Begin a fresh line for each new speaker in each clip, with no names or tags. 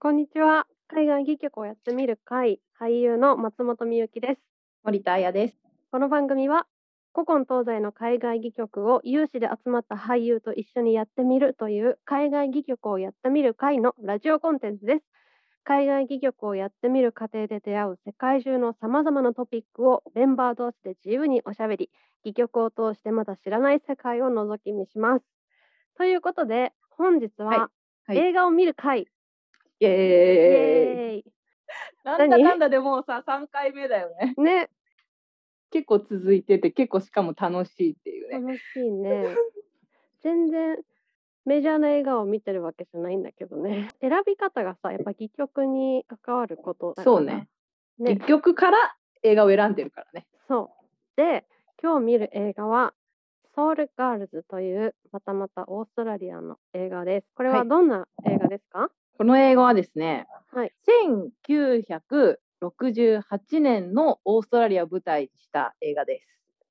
こんにちは。海外戯曲をやってみる会、俳優の松本美由紀です。
森田彩です。
この番組は、古今東西の海外戯曲を有志で集まった俳優と一緒にやってみるという海外戯曲をやってみる会のラジオコンテンツです。海外戯曲をやってみる過程で出会う世界中のさまざまなトピックをメンバー同士で自由におしゃべり、戯曲を通してまだ知らない世界を覗き見します。ということで、本日は、
はいはい
映画を見る会、
イ
イ
エーイ。
エーイ
なんだかんだでもうさ、3回目だよね。
ね、
結構続いてて、結構しかも楽しいっていうね。
楽しいね。全然メジャーな映画を見てるわけじゃないんだけどね。選び方がさ、やっぱ戯曲に関わることだから。
そうね。
ね
結局から映画を選んでるからね。
そう。で、今日見る映画は、ソウルガールズという、またまたオーストラリアの映画です。これは
はい
どんな映画ですか、
この映画はですね、
はい、
1968年のオーストラリアを舞台にした映画です。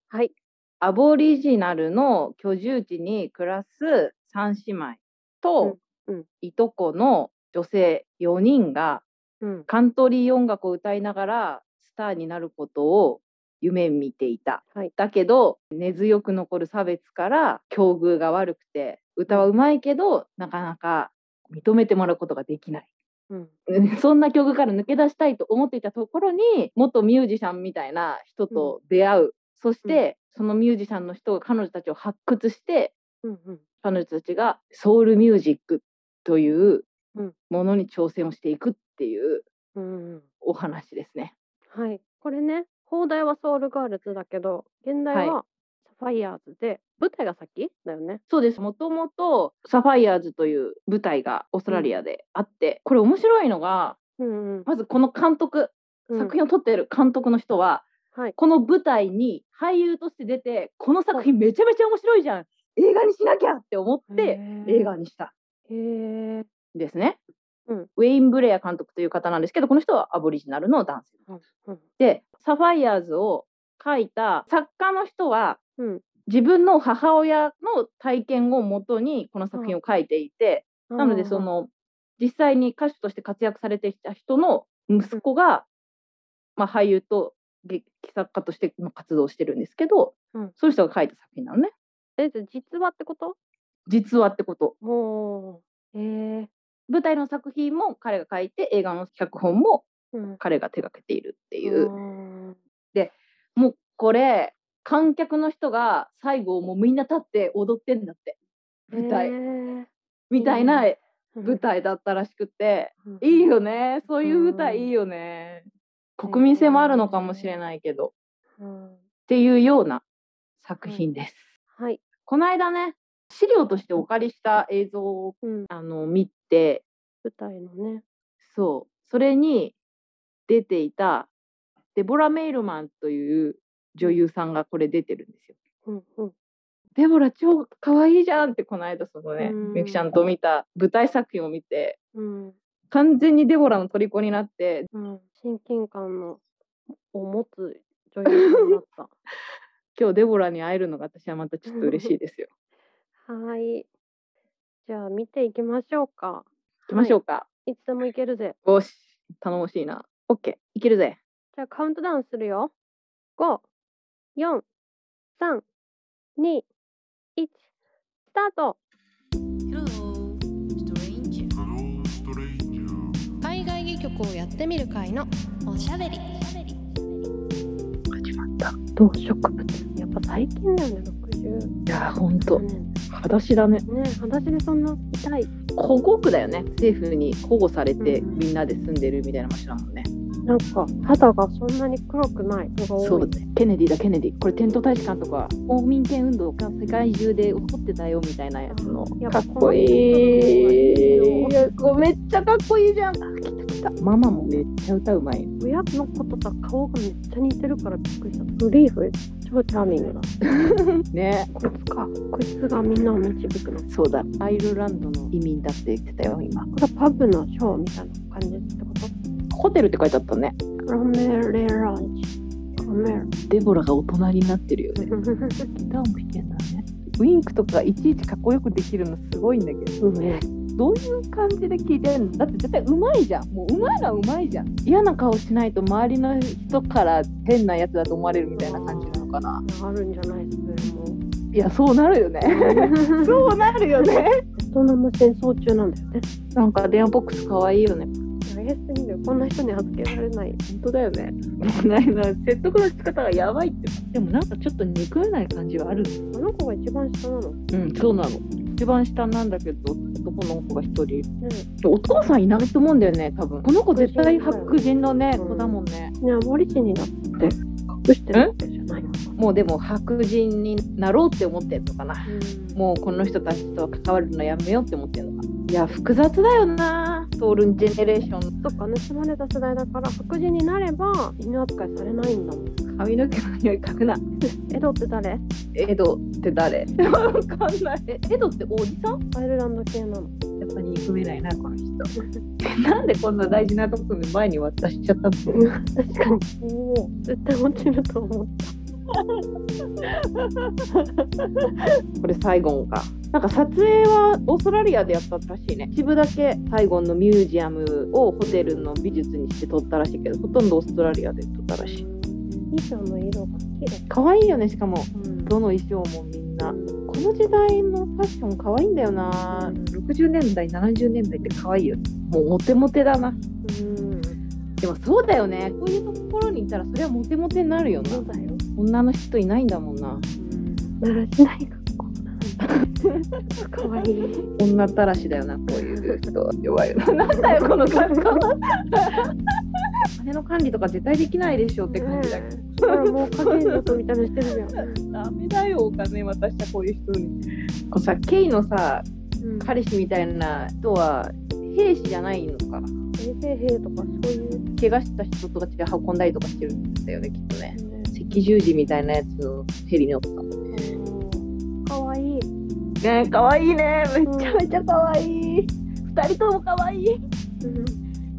はい。
アボリジナルの居住地に暮らす3姉妹と、
うんうん
いとこの女性4人が
うん。
カントリー音楽を歌いながらスターになることを夢見ていた。
はい
だけど根強く残る差別から境遇が悪くて歌はうまいけどなかなか認めてもらうことができない。
うん。
うんそんな境遇から抜け出したいと思っていたところに元ミュージシャンみたいな人と出会う、そして、そのミュージシャンの人が彼女たちを発掘して
うん。うん。
彼女たちがソウルミュージックという
うん
ものに挑戦をしていくっていう
うん。
お話ですね。
はい。これね、放題はソウルガールズだけど、現代ははサファイアーズで、舞台が先だよね。
そうです。もともとサファイアーズという舞台がオーストラリアであって、これ面白いのが、
うんうん。
まずこの監督、
うん
作品を撮っている監督の人は、
はい。
この舞台に俳優として出て、この作品めちゃめちゃ面白いじゃん。映画にしなきゃって思って、映画にした
へえ。
んですね。
うん
ウェイン・ブレア監督という方なんですけど、この人はアボリジナルの男性。
うん
で、サファイアーズを書いた作家の人は、
うん。
自分の母親の体験をもとにこの作品を書いていて、なので、その、実際に歌手として活躍されてきた人の息子が、まあ、俳優と劇作家としての活動をしてるんですけど、
うん
そういう人が書いた作品なのね。
え、じゃあ実話ってこと
実話ってこと。
もう、えー、
舞台の作品も彼が書いて、映画の脚本も
うん。っ
彼が手がけているって
て
いう。もうこれ、観客の人が最後もうみんな立って踊ってんだって。舞台みたいな舞台だったらしくて。いいよね。そういう舞台いいよね。国民性もあるのかもしれないけど。っ
うん。
ていうような作品です。
はい。
この間ね、資料としてお借りした映像を
うん。
あの見て、
舞台のね。
そう、それに出ていたデボラ・メイルマンという女優さんがこれ出てるんですよ。
うんうん。
デボラ超可愛いじゃんってこの間そのね、
うん
ミクちゃんと見た舞台作品を見て、
うん。
完全にデボラの虜になって、
うん。親近感のを持つ女優さんだった。
今日デボラに会えるのが私はまたちょっと嬉しいですよ。
はーい。じゃあ見ていきましょうか。
行きましょ
う。
うか。
いつでもいけるぜ。
よし、頼もしいな。オッケー、いけるぜ。
じゃあカウントダウンするよ。5、4、3、2、1、スタート
Hello, stranger.
Hello, stranger.
海外劇曲をやってみる会のおしゃべり。
動植物。やっぱ最近だよね、60
いやー、ほんと、
年。
裸足だね。
ねえ、裸足でそんな痛い。
保護区だよね。政府に保護されて、
うん
みんなで住んでるみたいな街だもんね。
なんか肌がそんなに黒くないのが多い。
そうね。ケネディだ、ケネディ。これ、テント大使館とか、公民権運動が世界中で起こってたよみたいなやつの
や。っ
か
ぱ
っこいい。
この人の方がいいよ
いやこうめっちゃかっこいいじゃん。あ来た来た。ママもめっちゃ歌うまい。
親の子とさ顔がめっちゃ似てるからびっくりした。グリーフ超チャーミングだ。
ね。
こいつか。こいつがみんなを導くの。こ
そうだ。アイルランドの移民だって言ってたよ、今。
れパブのショーみたいな感じってこと
ホテルって書いてあったね。
カメレランチ。カメラ。
デボラが大人になってるよね。ギターも弾けんだね。ウィンクとかいちいちかっこよくできるのすごいんだけど。
めっ
どういう感じで聞いてんのだって絶対うまいじゃんもううまいのはうまいじゃん嫌な顔しないと周りの人から変なやつだと思われるみたいな感じなのかな
あるんじゃないです
いやそうなるよね
それも。
うなるよね
ベトナム戦争中なんだよね。
なんか電話ボックス可愛いよね
大げすぎる。こんな人に預けられない。
本当だよねないな説得の仕方がやばいってでもなんかちょっと憎めない感じはある
あの子が一番下なの。
うんそうなの一番下なんだけど男の子が一人
ね
お父さんいないと思うんだよね多分この子絶対白人のね
うん
子だもんね、
ねアボリジニだって隠してるわけじゃないのか
もうでも白人になろうって思ってんのかな
な。
もうこの人たちと関わるのやめようって思ってんのかないや複雑だよなソウルンジェネレーション
そっか盗まれた世代だから白人になれば犬扱いされないんだもん。
髪の毛の匂い嗅ぐな
エドって誰？
エドって誰わかんないえエドっておじさん
アイルランド系なの。
やっぱ憎めないなこの人なんでこんな大事なとこに前に渡しちゃったの
確かに。おお。絶対落ちると思う。
これサイゴンかなんか撮影はオーストラリアでやったらしいね一部だけサイゴンのミュージアムをホテルの美術にして撮ったらしいけどほとんどオーストラリアで撮ったらしい
衣装の色が綺麗。
可愛いよねしかも
うん
どの衣装もみんなこの時代のファッション可愛いんだよな60年代70年代って可愛いよねもうモテモテだな
うん。
でもそうだよねこういうところにいたらそれはモテモテになるよな
そうだよ。
女の人いないんだもんな
鳴らしない学校なんだ。かわいい。
女たらしだよなこういう人 弱いよななんだよこの感覚金の管理とか絶対できないでしょって感じだけど、
ほらもう家庭族みたいなのしてるじゃん。
ダメだよお金渡したこういう人にこうさケイのさ
うん
彼氏みたいな人は兵士じゃないのか
衛生兵とかそういう
怪我した人とかちで運んだりとかしてるんだよねきっとね
ね。
赤十字みたいなやつのヘリに乗った
かわいい。
ねかわいいねめ
ちゃめ
ちゃかわいい2人ともかわいい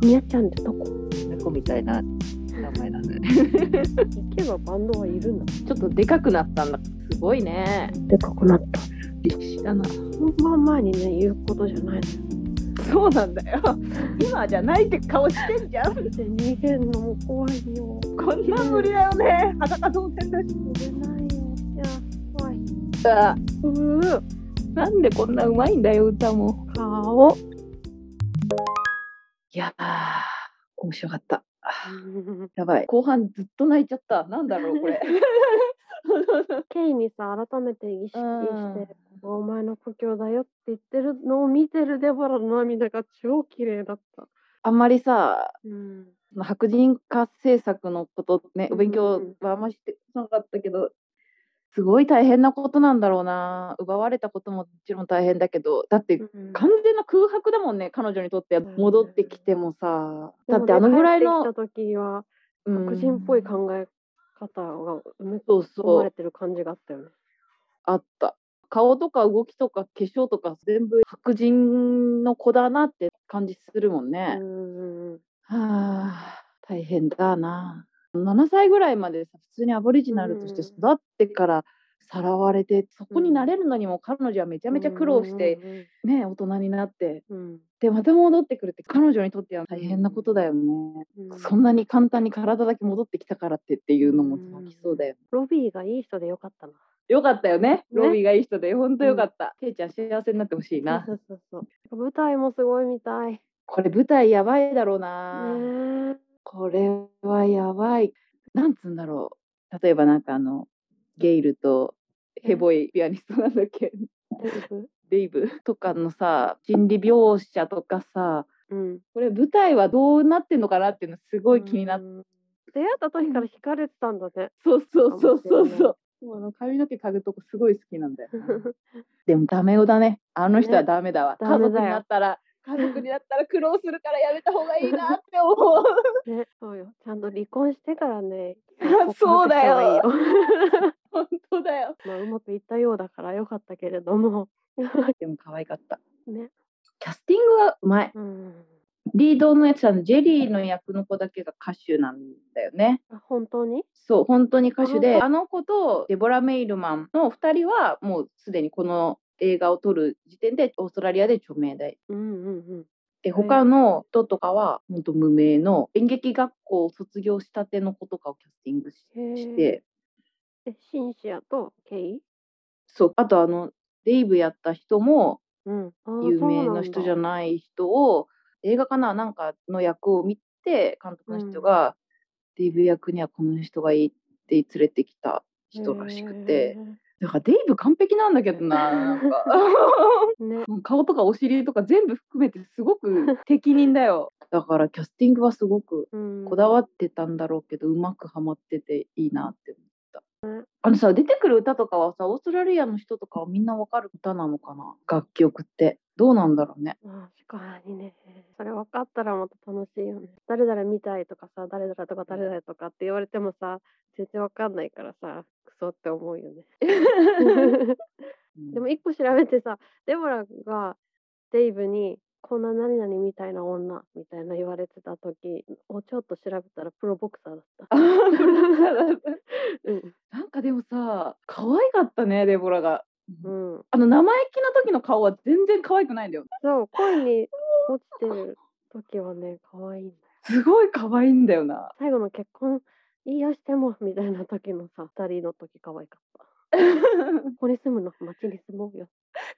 みやちゃんってどこ
猫みたいな名前だね
行けばバンドはいるんだ。
ちょっとでかくなったんだ。すごいね。
でかくなった。
歴史だな。
本番前にね、言うことじゃないのよ。
そうなんだよ。今じゃないって顔してんじゃん。
で、逃げるのも怖いよ。
こんなん無理だよね。裸同然だし。
逃げないよ。いや、怖い。
うーなんでこんなうまいんだよ、歌も。
顔。
いやー、面白かった。やばい。後半ずっと泣いちゃった。なんだろう、これ。
ケイにさ、改めて意識して、お前の故郷だよって言ってるのを見てるデボラの涙が超綺麗だった。
あんまりさ、
うん。
その白人化政策のことね、お勉強はあんまりしてこなかったけど、すごい大変なことなんだろうな。奪われたことももちろん大変だけど、だって完全な空白だもんね、彼女にとっては
ん
戻ってきてもさ。
で
だ
もね
ってあのぐらいの
帰っ。てきた時は
うん
黒人っぽい考え方が埋め
そう
込ま
そ
れ
う、
てる感じがあったよね。
あった。顔とか動きとか化粧とか全部白人の子だなって感じするもんね。
うん
はあ、大変だな。7歳ぐらいまでさ普通にアボリジナルとして
うん
育ってからさらわれて、そこになれるのにも彼女はめちゃめちゃ苦労して、、ね、大人になって、
うん
で、また戻ってくるって彼女にとっては大変なことだよね。
うん
そんなに簡単に体だけ戻ってきたからってっていうのも大きそうだよね。
ロビーがいい人でよかったな。
よかったよね。
ロ
ロ
ビ
ビーがいい人で、本当
よ
よ
か
かった。ケイちゃん幸せになってほしいな
そ。うそうそうそう。舞台もすごいみたい。ね
これ舞台やばいだろうな。
え
これはやばい。なんつうんだろう。例えばなんかあの、ゲイルとヘボイピアニストなんだっけ、
大丈夫
デイブとかのさ、心理描写とかさ、
うん。
これ舞台はどうなってんのかなっていうのすごい気になっ
うん出会った時から惹かれてたんだね。
そうそうそうそう
かもしれない
そう。もうあの髪の毛嗅ぐとこすごい好きなんだよな。でもダメ男だね。あの人は
ね
ダメだわ。
ダ
家
メだよ
族になったら、家族になったら苦労するからやめた方がいいなって思 う。。
ね、そうよ。ちゃんと離婚してからね
そうだよ
告白した方がいいよ
本当だよ。
まあうまくいったようだからよかったけれど も。
でも可愛かった。
ね。
キャスティングがうまい。
うん。
リードのやつあのジェリーの役の子だけが歌手なんだよね。
あ本当に
そう本当に歌手
あ
で
そう
あの子とデボラ・メイルマンの2人はもうすでにこの映画を撮る時点でオーストラリアで著名で
うんうんうん。
で
はい
他の人とかは本当無名の演劇学校を卒業したての子とかをキャスティングし
へー
して
で、シンシアとケイ。
そうあとあのデイブやった人も
うん。あー
有名な人じゃ
そうなんだ
ない人を映画かななんかの役を見て監督の人が、デイブ役にはこの人がいいって連れてきた人らしくて
へ
だからデイブ完璧なんだけどなな んか
ーね。
もう顔とかお尻とか全部含めてすごく適任だよだからキャスティングはすごく
うん
こだわってたんだろうけど、うまくはまってていいなって思った。あのさ出てくる歌とかはさオーストラリアの人とかはみんなわかる歌なのかな楽曲ってどうなんだろうね
まあ確かにね。それ分かったらまた楽しいよね。誰々見たいとかさ、誰々とか誰々とかって言われてもさ、全然分かんないからさ、クソって思うよ ね。でも一個調べてさ、 デボラがデイブに、こんな何々みたいな女みたいな言われてた時をちょっと調べたらプロボクサーだった。
あープロボクサーだった
うん
なんかでもさ可愛かったねデボラが、
うん、
あの生意気な時の顔は全然可愛くないんだよ
そう、恋に落ちてる時はね、可愛いんだよ。
すごい可愛いんだ よな
最後の結婚言いやしてもみたいな時のさ、二人の時可愛かった。ここに住むの、街に住もうよ。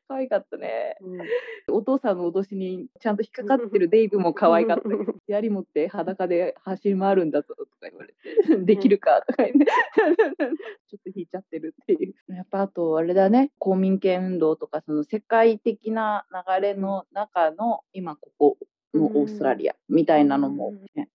可愛かったね
うん、
お父さんの脅しにちゃんと引っかか ってるデイブも可愛かったけど槍持って裸で走り回るんだぞとか言われてできるかとか言って ちょっと引いちゃってるっていうやっぱあとあれだね公民権運動とかその世界的な流れの中の今ここのオーストラリアみたいなのも、ね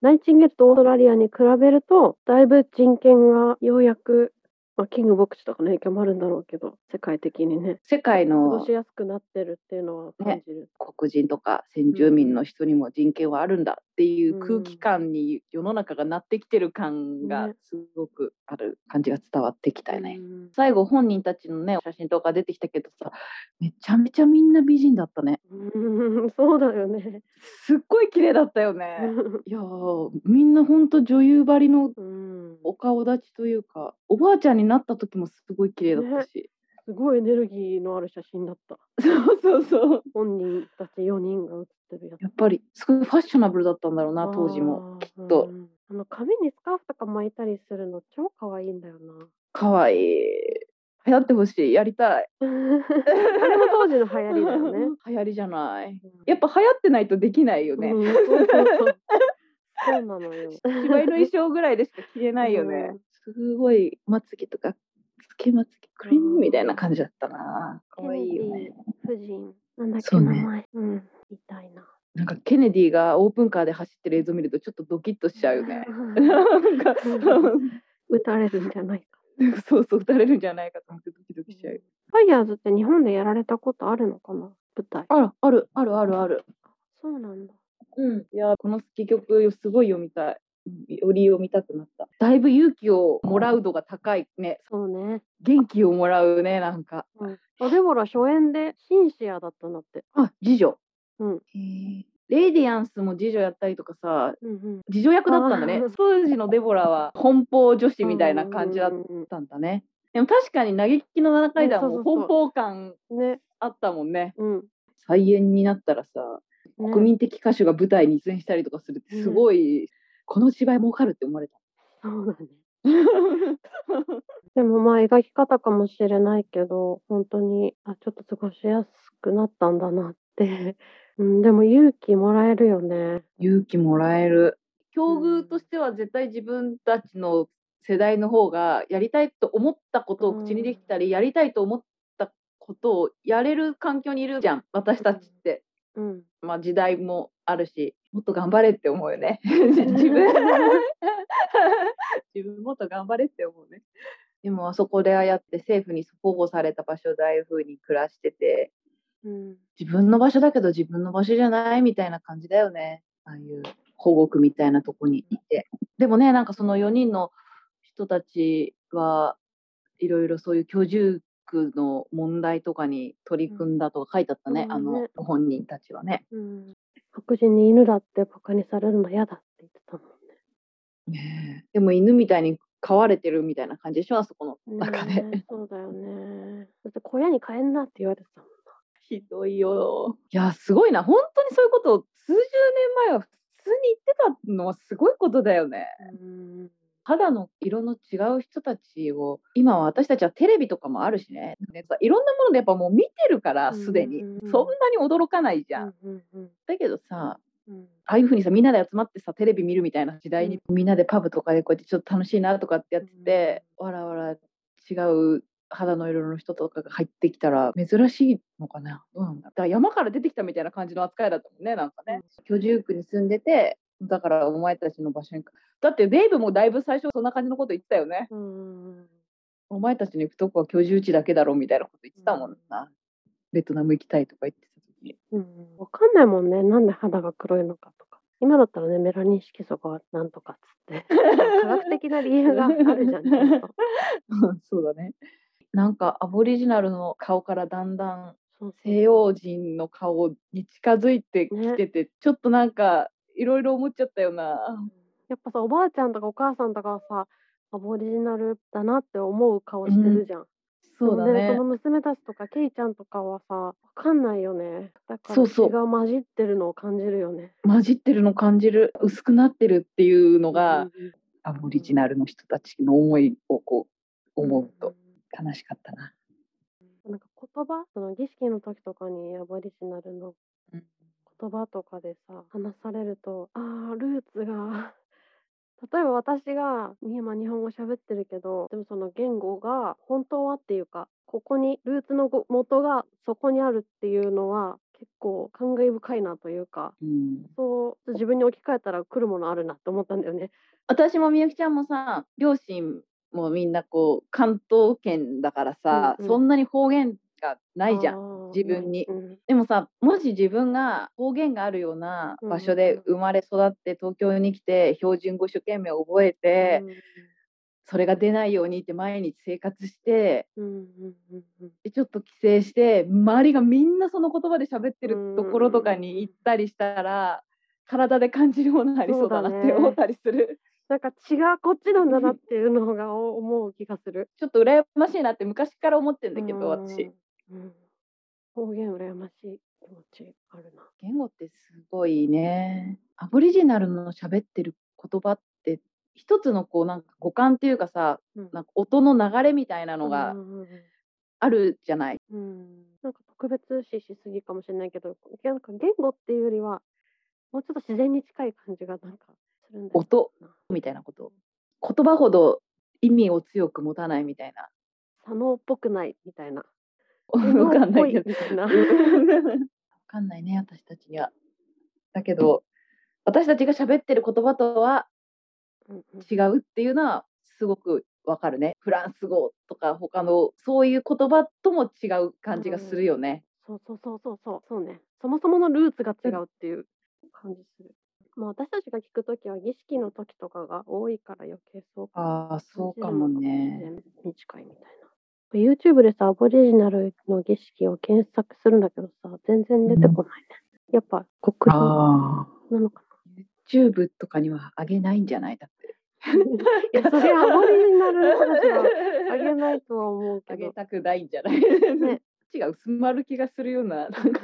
ナイチンゲールとオーストラリアに比べると、だいぶ人権がようやく、まあ、キング牧師とかの影響もあるんだろうけど、世界的にね、
世界
過ご
の
しやすくなってるっていうのは感じる。
黒人とか先住民の人にも人権はあるんだっていう空気感に世の中がなってきてる感が
ね
すごくある感じが伝わってきたよね。
うん
最後本人たちのね写真とか出てきたけどさめちゃめちゃみんな美人だったね
うん そうだよね。
すっごい綺麗だったよねいやーみんなほんと女優張りの
うん、
お顔立ちというかおばあちゃんになった時もすごい綺麗だったし、
すごいエネルギーのある写真だった。
そうそうそう
本人たち4人が写ってるやつ。
やっぱりすごいファッショナブルだったんだろうな当時も
きっ
と
あの髪にスカーフとか巻いたりするの超可愛いんだよな。
かわいい流行ってほしいやりた い
あれも当時の流行りだよね。
流行りじゃないやっぱ流行ってないとできないよね、
うんそうそう そうそうなのよ。
芝居の衣装ぐらいでしか着れないよね。すごいまつげとかつけまつげクリームみたいな感じだったな。可愛いよ
ケネデ
ね
ィ。夫人。なんだっけ、
そう
名
ね
前。うん。みたいな。
なんかケネディがオープンカーで走ってる映像見るとちょっとドキッとしちゃうよね。 なんか
撃たれるんじゃないか。
そうそう打たれるんじゃないかと思ってドキドキしちゃう。
ファイヤーズって日本でやられたことあるのかな舞台。
あるあるあるあるある。
そうなんだ。
うん。いやこの好き曲すごい読みたい。より読みたくなった。だいぶ勇気をもらう度が高いね。
そうね。
元気をもらうねなんか。
あデボラ初演でシンシアだったんだって。
あ次女。
うん。
レイディアンスも次女やったりとかさ、
うんうん。
自助役だったんだね
あー。
当時のデボラは奔放女子みたいな感じだっ
うんうん
たんだね。でも確かに嘆きの7階段
ねそ
も
うそうそう
奔放感
うんね。
あったもんね。
うん。
再演になったらさ、
ね
国民的歌手が舞台に出演したりとかするってすごい、この芝居儲かるって思わ れた。
そうだね。でもまあ描き方かもしれないけど、本当に、あ、ちょっと過ごしやすくなったんだなって。 うん、でも勇気もらえるよね。
勇気もらえる。境遇としては絶対自分たちの世代の方がやりたいと思ったことを口にできたり、やりたいと思ったことをやれる環境にいるじゃん私たちって。
うん。
まあ、時代もあるしもっと頑張れって思うよね自分 自分もっと頑張れって思うねでもあそこでああやって政府に保護された場所でああいう風に暮らしてて
うん。
自分の場所だけど自分の場所じゃないみたいな感じだよねああいう保護区みたいなとこにいてでもねなんかその4人の人たちはいろいろそういう居住区の問題とかに取り組んだとか書いてあったね、
うん
あの本人たちはね。
うん。白人に犬だってバカにされるの嫌だって言ってたもんね。
ねえでも犬みたいに飼われてるみたいな感じでしょあそこの中で。
ねえそうだよね。だって小屋に帰んなって言われてたもん。
ひどいよ。いや、すごいな。本当にそういうことを数十年前は普通に言ってたのはすごいことだよね。
うん
肌の色の違う人たちを、今は私たちはテレビとかもあるしね。でさいろんなものでやっぱもう見てるから、すでに
うんうんう。ん
そんなに驚かないじゃん。
うんうん
だけどさ、
うん
ああいうふうにさ、みんなで集まってさ、テレビ見るみたいな時代に、みんなでパブとかでこうやってちょっと楽しいなとかってやってて、わらわら違う肌の色の人とかが入ってきたら珍しいのかな。どうなんだだから山から出てきたみたいな感じの扱いだったもんね、なんかね。居住区に住んでて、だからお前たちの場所に。だってデイブもだいぶ最初そんな感じのこと言ってたよね。
うんうん
お前たちの行くとこは居住地だけだろみたいなこと言ってたもんな。ベトナム行きたいとか言ってた時に。
うんわかんないもんね。なんで肌が黒いのかとか。今だったらね、メラニン色素がなんとかっつ って。科学的な理由があるじゃん。ちゃんと
うんそうだね。なんかアボリジナルの顔からだんだん
そう
西洋人の顔に近づいてきてて、ちょっとなんかいろいろ思っちゃったよな。
やっぱさ、おばあちゃんとかお母さんとかはさ、アボリジナルだなって思う顔してるじゃん。
そうだ
でも
ね
そ。の娘たちとか、ケイちゃんとかはさ、わかんないよね。だから
そうそう
血が混じってるのを感じるよね。
混じってるの感じる薄くなってるっていうの
う
が
んうん
アボリジナルの人たちの思いをこう思うと。悲しかったな。
なんか言葉、その儀式の時とかにアボリジナルの
うん
言葉とかでさ話されるとあールーツが 例えば私が今日本語喋ってるけどでもその言語が本当はっていうかここにルーツのご元がそこにあるっていうのは結構感慨深いなというか
うん
そう自分に置き換えたら来るものあるなって思ったんだよね。
私もみゆきちゃんもさ両親もみんなこう関東圏だからさ、
うんうん
そんなに方言がないじゃ
ん
ん。自分に
うん
でもさもし自分が方言があるような場所
うん
で
うん
生まれ育って東京に来て標準語一生懸命覚えて、それが出ないようにって毎日生活して
うんうんうんうん
でちょっと帰省して周りがみんなその言葉で喋ってるところとかに行ったりしたら体で感じるものありそうだなっ
そうだ
て
ね
思ったりする。
なんか違うこっちなんだなっていうのが思う気がす る。
ちょっと羨ましいなって昔から思ってんだけど私。
うん。うん方言羨ましい気持ちあるな。
言語ってすごいねアボリジナルの喋ってる言葉って一つのこうなんか五感っていうかさ
うん
なんか音の流れみたいなの
う
が
んうん
あるじゃない、
うんうん、なんか特別視しすぎかもしれないけど、なんか言語っていうよりは、もうちょっと自然に近い感じがなんかするんだよ
音
な。
みたいなこと言葉ほど意味を強く持たないみたいな
佐野っぽくないみたい な。
わかんないけど
佐野っぽみ たいな。
わかんないね私たちにはだけど私たちが喋ってる言葉とは
うんうん
違うっていうのはすごくわかるねフランス語とか他のそういう言葉とも違う感じがするよね、
そうそうそうそうそうそうね。そもそものルーツが違うっていう感じする。まあ私たちが聞くときは儀式の時とかが多いから余計そうか
ああそうかもね。
短いみたいな。YouTube でさ、アボリジナルの儀式を検索するんだけどさ、全然出てこないね。やっぱ国語
ああ
なのか
YouTube とかにはあげないんじゃないだって
な。 いや、それアボリジナ ルの話はあげないとは思うけ
あげ
ど。
たくないんじゃない、
ね
ね、 ちが薄まる気がするようななんか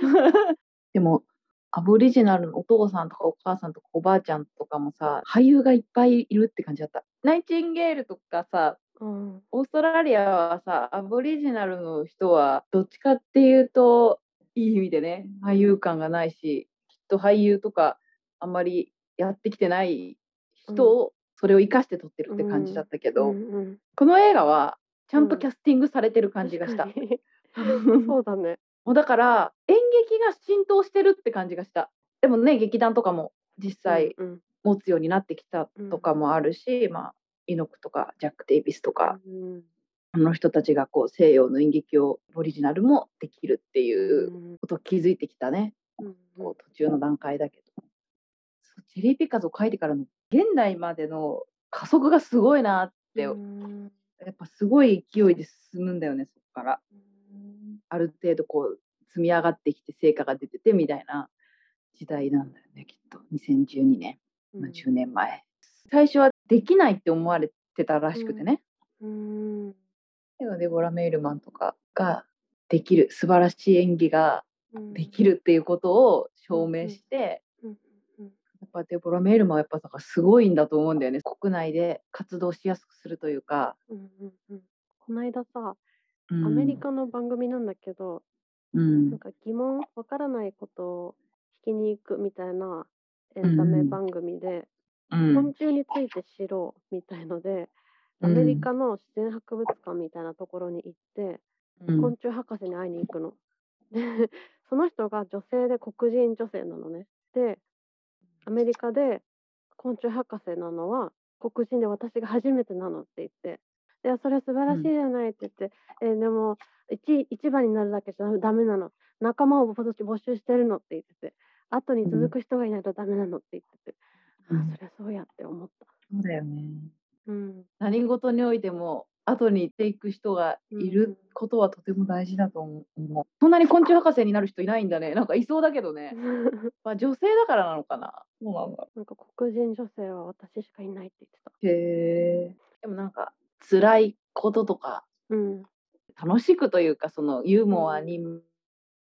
でもアボリジナルのお父さんとかお母さんとかおばあちゃんとかもさ俳優がいっぱいいるって感じだったナイチンゲールとかさ
うん。
オーストラリアはさアボリジナルの人はどっちかっていうといい意味でね俳優感がないしきっと俳優とかあんまりやってきてない人を、それを生かして撮ってるって感じだったけど、
うんうん
この映画はちゃん
う
と
ん
キャスティングされてる感じがした、
確かに
も
そうだね。
うだから演劇が浸透してるって感じがしたでもね劇団とかも実際
うん
持つようになってきたとかもあるし、まあイノクとかジャック・デイビスとか
うん
あの人たちがこう西洋の演劇をオリジナルもできるっていうことを気づいてきたね、
うん
こう途中の段階だけどそうジェリー・ピカズを書いてからの現代までの加速がすごいなって、
うん
やっぱすごい勢いで進むんだよねそこからある程度こう積み上がってきて成果が出ててみたいな時代なんだよねきっと2012年、まあ10年前最初はできないって思われてたらしくてね、
うん
でもデボラ・メイルマンとかができる素晴らしい演技が
うん
できるっていうことを証明して、
うんうん
やっぱデボラ・メイルマンはやっぱだからすごいんだと思うんだよね国内で活動しやすくするというか、
うんうんうんこの間さア
ア
メリカの番組なんだけど、
うん
なんか疑問わからないことを聞きに行くみたいなエンタ
うんう
メ
ん
番組で、
うん
昆虫について知ろうみたいので、
うん
アメリカの自然博物館みたいなところに行って、
うん
昆虫博士に会いに行くの。で その人が女性で黒人女性なのね。でアメリカで昆虫博士なのは黒人で私が初めてなのって言って。いやそれ素晴らしいじゃないって言って、えーでも一一番になるだけじゃダメなの仲間を募集してるのって言ってて後に続く人がいないとダメなのって言ってて、
うん
ああそりゃそうやって思った。
そうだよね
うん
何事においても後に行っていく人がいることはとても大事だと思う、そんなに昆虫博士になる人いないんだねなんかいそうだけどね、まあ、女性だからなのかなそうなんだ
なんか黒人女性は私しかいないって言ってた。
へえでもなんか辛いこととか
うん
楽しくというかそのユーモアに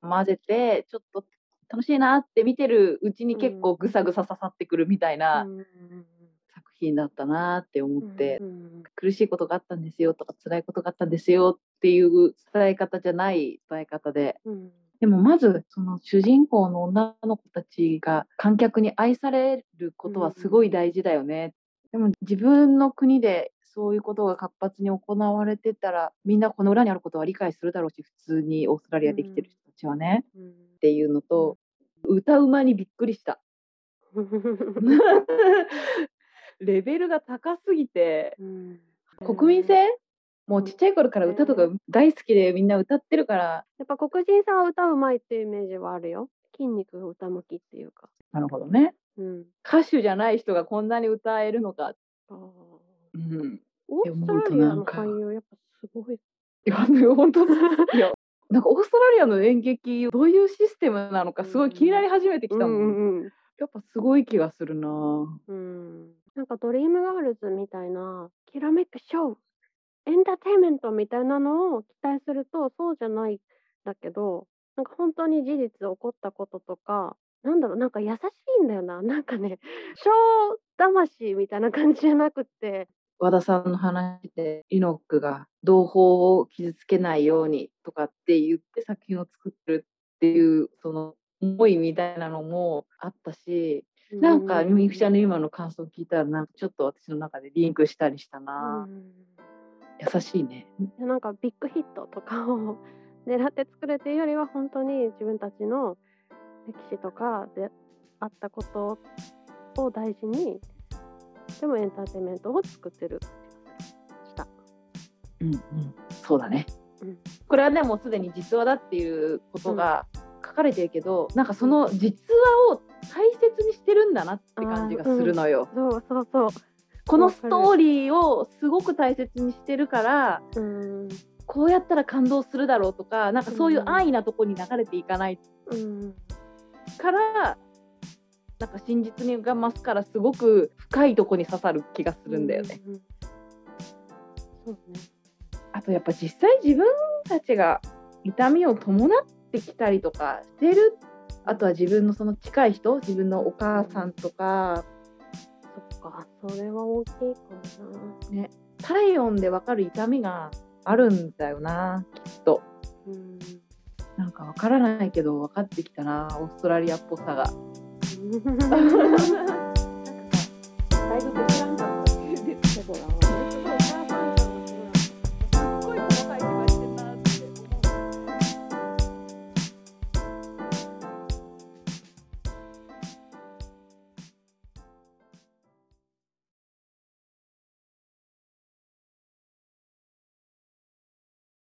混ぜてちょっと楽しいなって見てるうちに結構ぐさぐさ刺さってくるみたいな
うん
作品だったなって思って、
うん
苦しいことがあったんですよとか辛いことがあったんですよっていう伝え方じゃない伝え方で
うん
でもまずその主人公の女の子たちが観客に愛されることはすごい大事だよね、でも自分の国でそういうことが活発に行われてたらみんなこの裏にあることは理解するだろうし普通にオーストラリアで生きてる人たちはね、
うん
っていうのと歌うまにびっくりした。 レベルが高すぎて
うん
国民性
や
もうちっちゃい頃から歌とか大好きでみんな歌ってるから。
っぱ黒人さんは歌うまいっていうイメージはあるよ。筋肉が歌向きっていうか。
なるほどね。
うん、
歌手じゃない人がこんなに歌えるのか。
あー
うん。
オーストラリアの俳優やっぱすごい。
いや、本 当いや、なんかオーストラリアの演劇、どういうシステムなのか、すごい気になり始めてきたもん。
うんうん
やっぱすごい気がするな
うん、うんなんかドリームガールズみたいなきらめくショーエンターテインメントみたいなのを期待するとそうじゃないんだけどなんか本当に事実起こったこととかなんだろうなんか優しいんだよななんかね ショー魂みたいな感じじゃなくて
和田さんの話で、イノックが同胞を傷つけないようにとかって言って作品を作ってるっていう、その思いみたいなのもあったし、なんか、みゆきちゃんの今の感想を聞いたら、なんかちょっと私の中でリンクしたりしたな、
うん
優しいね。
でなんかビッグヒットとかを 狙って作るっていうよりは本当に自分たちの歴史とかであったことを大事にでもエンターテインメントを作ってるした。
うんうん。そうだね。
うん
これはね、もうすでに実話だっていうことが書かれてるけど、なんかその実話を大切にしてるんだなって感じがするのよ。
そうそうそう。
このストーリーをすごく大切にしてるから、
うん
こうやったら感動するだろうとか、なんかそういう
うん
安易なとこに流れていかない
うん
から、なんか真実味が増すからすごく深いとこに刺さる気がするんだよね。。
うんそうね。
あとやっぱ実際自分たちが痛みを伴ってきたりとかしてるあとは自分のその近い人自分のお母さんとか
そっか。それは大きいかもな。
体温でわかる痛みがあるんだよな
うん。
なんかわからないけど分かってきたなオーストラリアっぽさが。